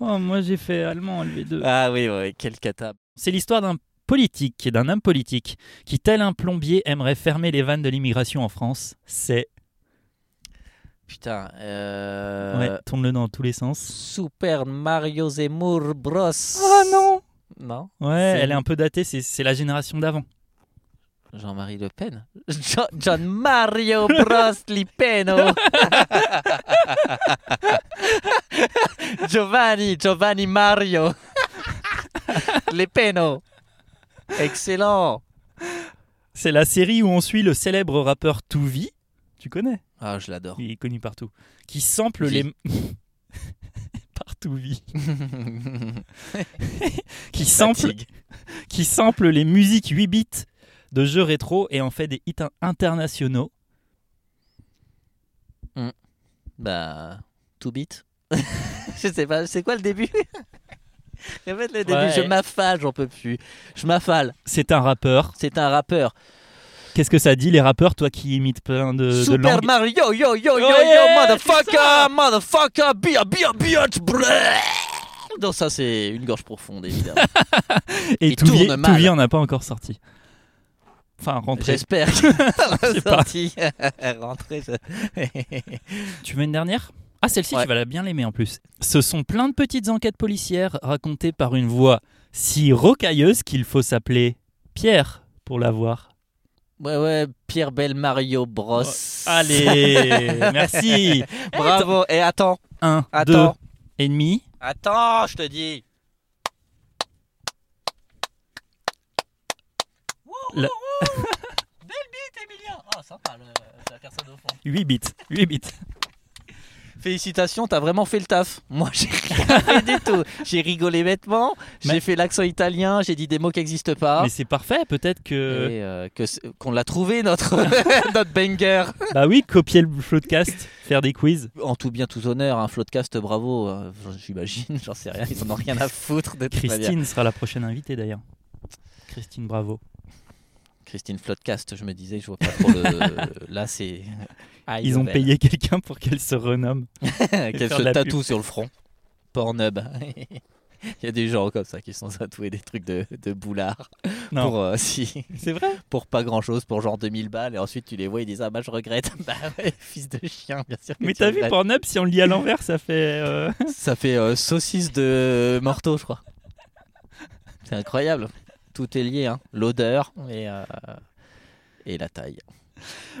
oh, moi j'ai fait allemand en LV2.
Ah oui, oui, quel cata.
C'est l'histoire d'un politique et d'un homme politique qui, tel un plombier, aimerait fermer les vannes de l'immigration en France. C'est.
Putain. Euh...
Ouais, tourne-le dans tous les sens.
Super Mario Zemmour Bros.
Ah non
Oh Non
Ouais,
C'est-
elle est un peu datée, c'est- c'est la génération d'avant.
Jean-Marie Le Pen <laughs> Jo- John Mario Bros Lipeno Giovanni, Giovanni Mario Lipeno Excellent
C'est la série où on suit le célèbre rappeur Touvi, tu connais,
Ah, je l'adore.
il est connu partout, qui sample
Vi.
les... <laughs> Par Touvi. Qui sample,
Fatigue.
<laughs> qui sample les musiques 8 bits de jeux rétro et en fait des hits in- internationaux.
<laughs> Bah, tout beat. <laughs> je sais pas, c'est quoi le début <laughs> Répète le début,
Ouais.
je m'affale, j'en peux plus. Je m'affale,
C'est un rappeur.
c'est un rappeur.
Qu'est-ce que ça dit, les rappeurs, toi qui imites plein de, de
Super
langues
Mario, yo, yo, yo, yo,
Ouais,
yo,
c'est
motherfucker, motherfucker, beer, beer, beer, bleh. Non, ça c'est une gorge profonde, évidemment.
<laughs> Et
il tourne
Touvi,
mal.
Touvi en a pas encore sorti. Enfin, rentré. <laughs>
J'espère qu'il
sais
est
pas.
sorti. euh, Rentré, <laughs> je-
Tu veux une dernière Ah, celle-ci,
Ouais.
tu vas la bien l'aimer en plus. Ce sont plein de petites enquêtes policières racontées par une voix si rocailleuse qu'il faut s'appeler Pierre pour la voir.
Ouais, ouais, Pierre Bell Mario Bros.
<laughs> Allez, merci.
<laughs> Bravo, et attends,
Un, deux
attends,
et demi.
attends, je te dis.
La-
Emilien Oh, sympa, le, la personne au fond.
8 bits. 8 bits.
Félicitations, t'as vraiment fait le taf. <laughs> Moi, j'ai rien fait du tout. J'ai rigolé bêtement,
Mais-
j'ai fait l'accent italien, j'ai dit des mots qui n'existent pas.
Mais c'est parfait, peut-être que...
Et, euh, que c'est- qu'on l'a trouvé notre <laughs> notre banger
Bah oui, copier le podcast, faire des quiz.
en tout bien tout honneur un floodcast bravo euh, j'imagine j'en sais rien ils en ont rien à foutre de toute manière.
Christine sera la prochaine invitée d'ailleurs. Christine, bravo.
Christine floodcast je me disais je vois pas trop le
<laughs>
là c'est Ah,
Ils ont
veulent
payé quelqu'un pour qu'elle se renomme.
<laughs> qu'elle
faire
se
de la
tatoue sur le front Pornhub <laughs> Il y a des gens comme ça qui sont tatoués des trucs de, de boulard.
Non.
Pour, euh, <laughs> si,
C'est vrai
pour pas grand chose, pour genre 2000 balles. Et ensuite, tu les vois, ils disent Ah bah je regrette. <laughs> bah ouais, fils de chien, bien sûr. que
Mais
tu
t'as vu,
regrettes.
Pornhub, si on le lit à l'envers, ça fait. <laughs> euh,
Ça fait euh, saucisse de morteau, je crois. C'est incroyable. Tout est lié, hein. l'odeur et, euh, et la taille.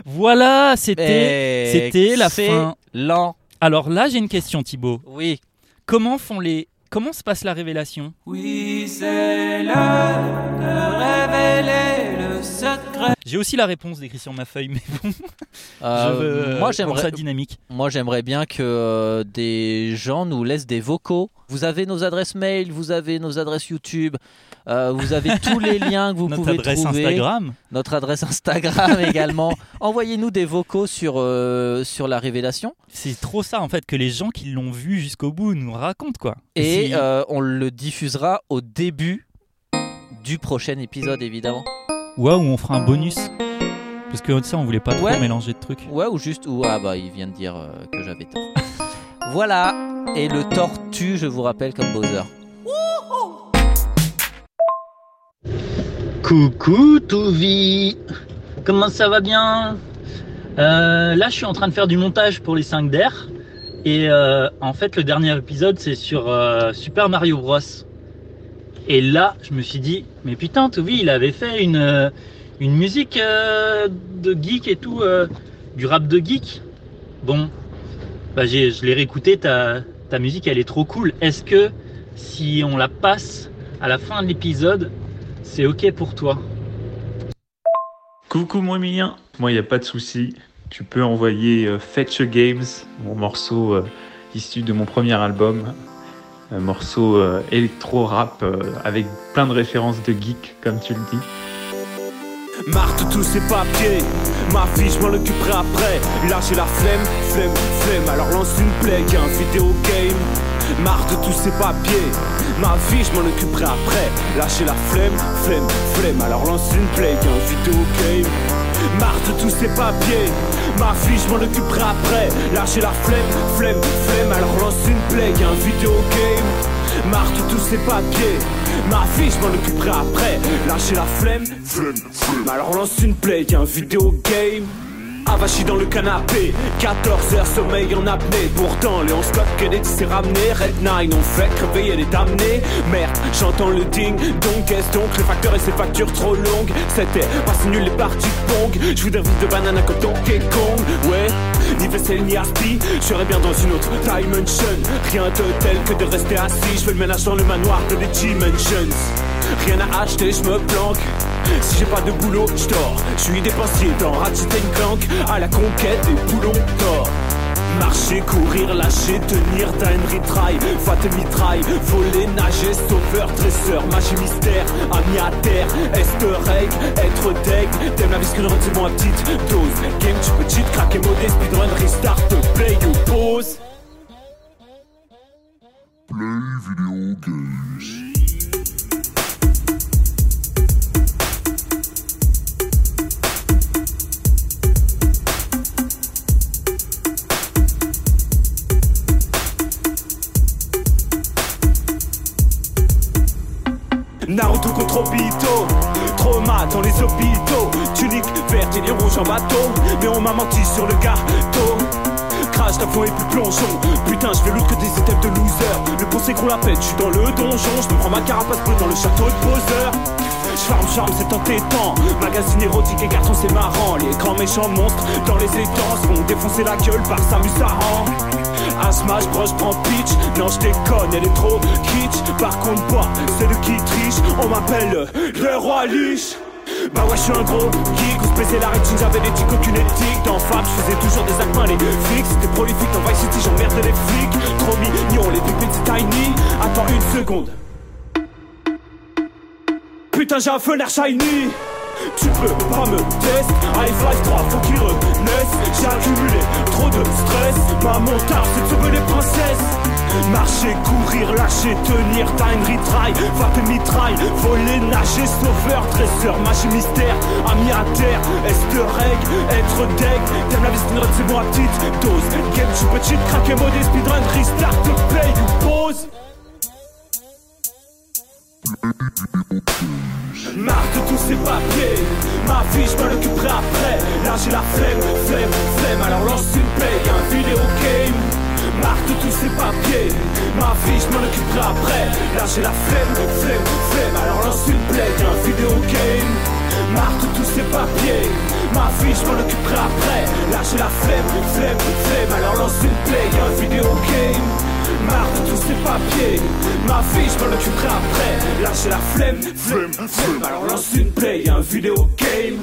Voilà, c'était. c'était la fin.
Lent.
Alors là, j'ai une question, Thibaut.
Oui.
Comment font les. Comment se passe la révélation
Oui, c'est l'heure de révéler le secret.
J'ai aussi la réponse d'écrit sur ma feuille, mais bon,
Euh,
je veux, euh,
moi,
rendre ça
j'aimerais,
dynamique.
moi, j'aimerais bien que euh, des gens nous laissent des vocaux. Vous avez nos adresses mail, vous avez nos adresses YouTube, euh, vous avez tous
<laughs>
les liens que vous
Notre
pouvez
adresse
trouver.
Instagram.
Notre adresse Instagram <laughs> également. Envoyez-nous des vocaux sur, euh, sur la révélation.
C'est trop ça en fait que les gens qui l'ont vu jusqu'au bout nous racontent quoi.
Et
Si-
euh, on le diffusera au début du prochain épisode, évidemment.
Ouais, ou on fera un bonus. Parce que ça, on voulait pas trop
Ouais.
mélanger de trucs.
Ouais, ou juste, ou ah bah, il vient de dire euh, que j'avais tort. <laughs> voilà. Et le tortue, je vous rappelle, comme Bowser.
Coucou Touvi Comment ça va bien Euh, Là, je suis en train de faire du montage pour les 5 d'air. Et euh, en fait, le dernier épisode, c'est sur euh, Super Mario Bros. Et là, je me suis dit, mais putain, Touvi, il avait fait une, euh, une musique euh, de geek et tout, euh, du rap de geek. Bon, bah, j'ai- je l'ai réécouté, ta, ta musique, elle est trop cool. Est-ce que si on la passe à la fin de l'épisode, c'est ok pour toi
Coucou mon Emilien, moi il n'y a pas de souci, tu peux envoyer euh, Fetch a Games, mon morceau euh, issu de mon premier album, un morceau euh, électro-rap euh, avec plein de références de geek comme tu le dis.
Marre de tous ces papiers, ma vie je m'en occuperai après Là j'ai la flemme, flemme, flemme Alors lance une plaie, y a un vidéo game Marre de tous ces papiers, ma vie je m'en occuperai après Là j'ai la flemme, flemme, flemme Alors lance une plaie, y a un vidéo game Marre de tous ces papiers, ma vie je m'en occuperai après Là j'ai la flemme, flemme, flemme Alors lance une plaie, y a un vidéo game Marre de tous ces papiers, ma vie je m'en occuperai après Là j'ai la flemme, flemme, flemme Alors lance une play, y a un vidéo game Avachi dans le canapé, 14 heures sommeil en apnée Pourtant Léon Scott Kennedy s'est ramené Red Nine on fait réveiller les damnés Merde, j'entends le ding donc est donc le facteur et ses factures trop longues C'était pas si nul les parties de pong Je voudrais vivre de banana comme Donkey Kong Ouais, ni vaisselle ni aspi Je serais bien dans une autre dimension Rien de tel que de rester assis Je fais le ménage dans le manoir de les dimensions Rien à acheter, je me planque. Si j'ai pas de boulot, je dors. Je suis dépensier dans Ratchet Clank à la conquête des boulons d'or. Marcher, courir, lâcher, tenir, time, retry, fat et mitraille, voler, nager, sauveur, tresseur, magie mystère, ami à terre, Esther egg, être deg, t'aimes la vie screenrun, c'est bon à petite dose, game tu peux cheat, craquer, modé, speedrun, restart, play ou pause. Naruto contre Obito Trauma dans les hôpitaux Tunique verte et les rouges en bateau Mais on m'a menti sur le gâteau Crash d'avant et plus plongeon Putain je fais l'autre que des étapes de loser Le pont s'écroule la pète, je suis dans le donjon Je me prends ma carapace bleue dans le château de Bowser Charme, charme, c'est entêtant. Magazine érotique et garçon, c'est marrant. Les grands méchants monstres dans les étangs se font défoncer la gueule par Samus Aran. Un smash bros, prends pitch. Non, je déconne, elle est trop kitsch. Par contre, moi, c'est le qui triche. On m'appelle le roi liche. Bah ouais, je suis un gros geek. Où se baisait la rétine, j'avais des tics, aucune éthique. Dans Fab, je faisais toujours des actes maléfiques. C'était prolifique, dans Vice City, j'emmerdais les flics. Trop mignon, les big c'est tiny. Attends une seconde. Putain j'ai un feu l'air shiny Tu peux pas me test High five 3 faut qu'il renaisse J'ai accumulé trop de stress Ma montarde c'est de sauver les princesses Marcher, courir, lâcher, tenir, time, retry, vape mitraille, voler, nager, sauveur, dresseur, magie mystère, ami à terre, Esther egg, être deck, t'aimes la vie speedrun, c'est bon à petite dose, game, je suis petit, craquer, modé, speedrun, restart, play, you pause. Marre de tous ces papiers, ma vie je m'en occuperai après Là j'ai la flemme, flemme, flemme, alors lance une play, un vidéo game Marre de tous ces papiers, ma vie je m'en occuperai après Là j'ai la flemme, flemme, flemme, alors lance une play, un vidéo game Marre de tous ces papiers, ma vie je m'en occuperai après Là j'ai la flemme, flemme, flemme, alors lance une play, un vidéo game Marre de tous ces papiers, ma vie je m'en occuperai après Là j'ai la flemme, flemme, flemme, alors lance une play, un vidéo game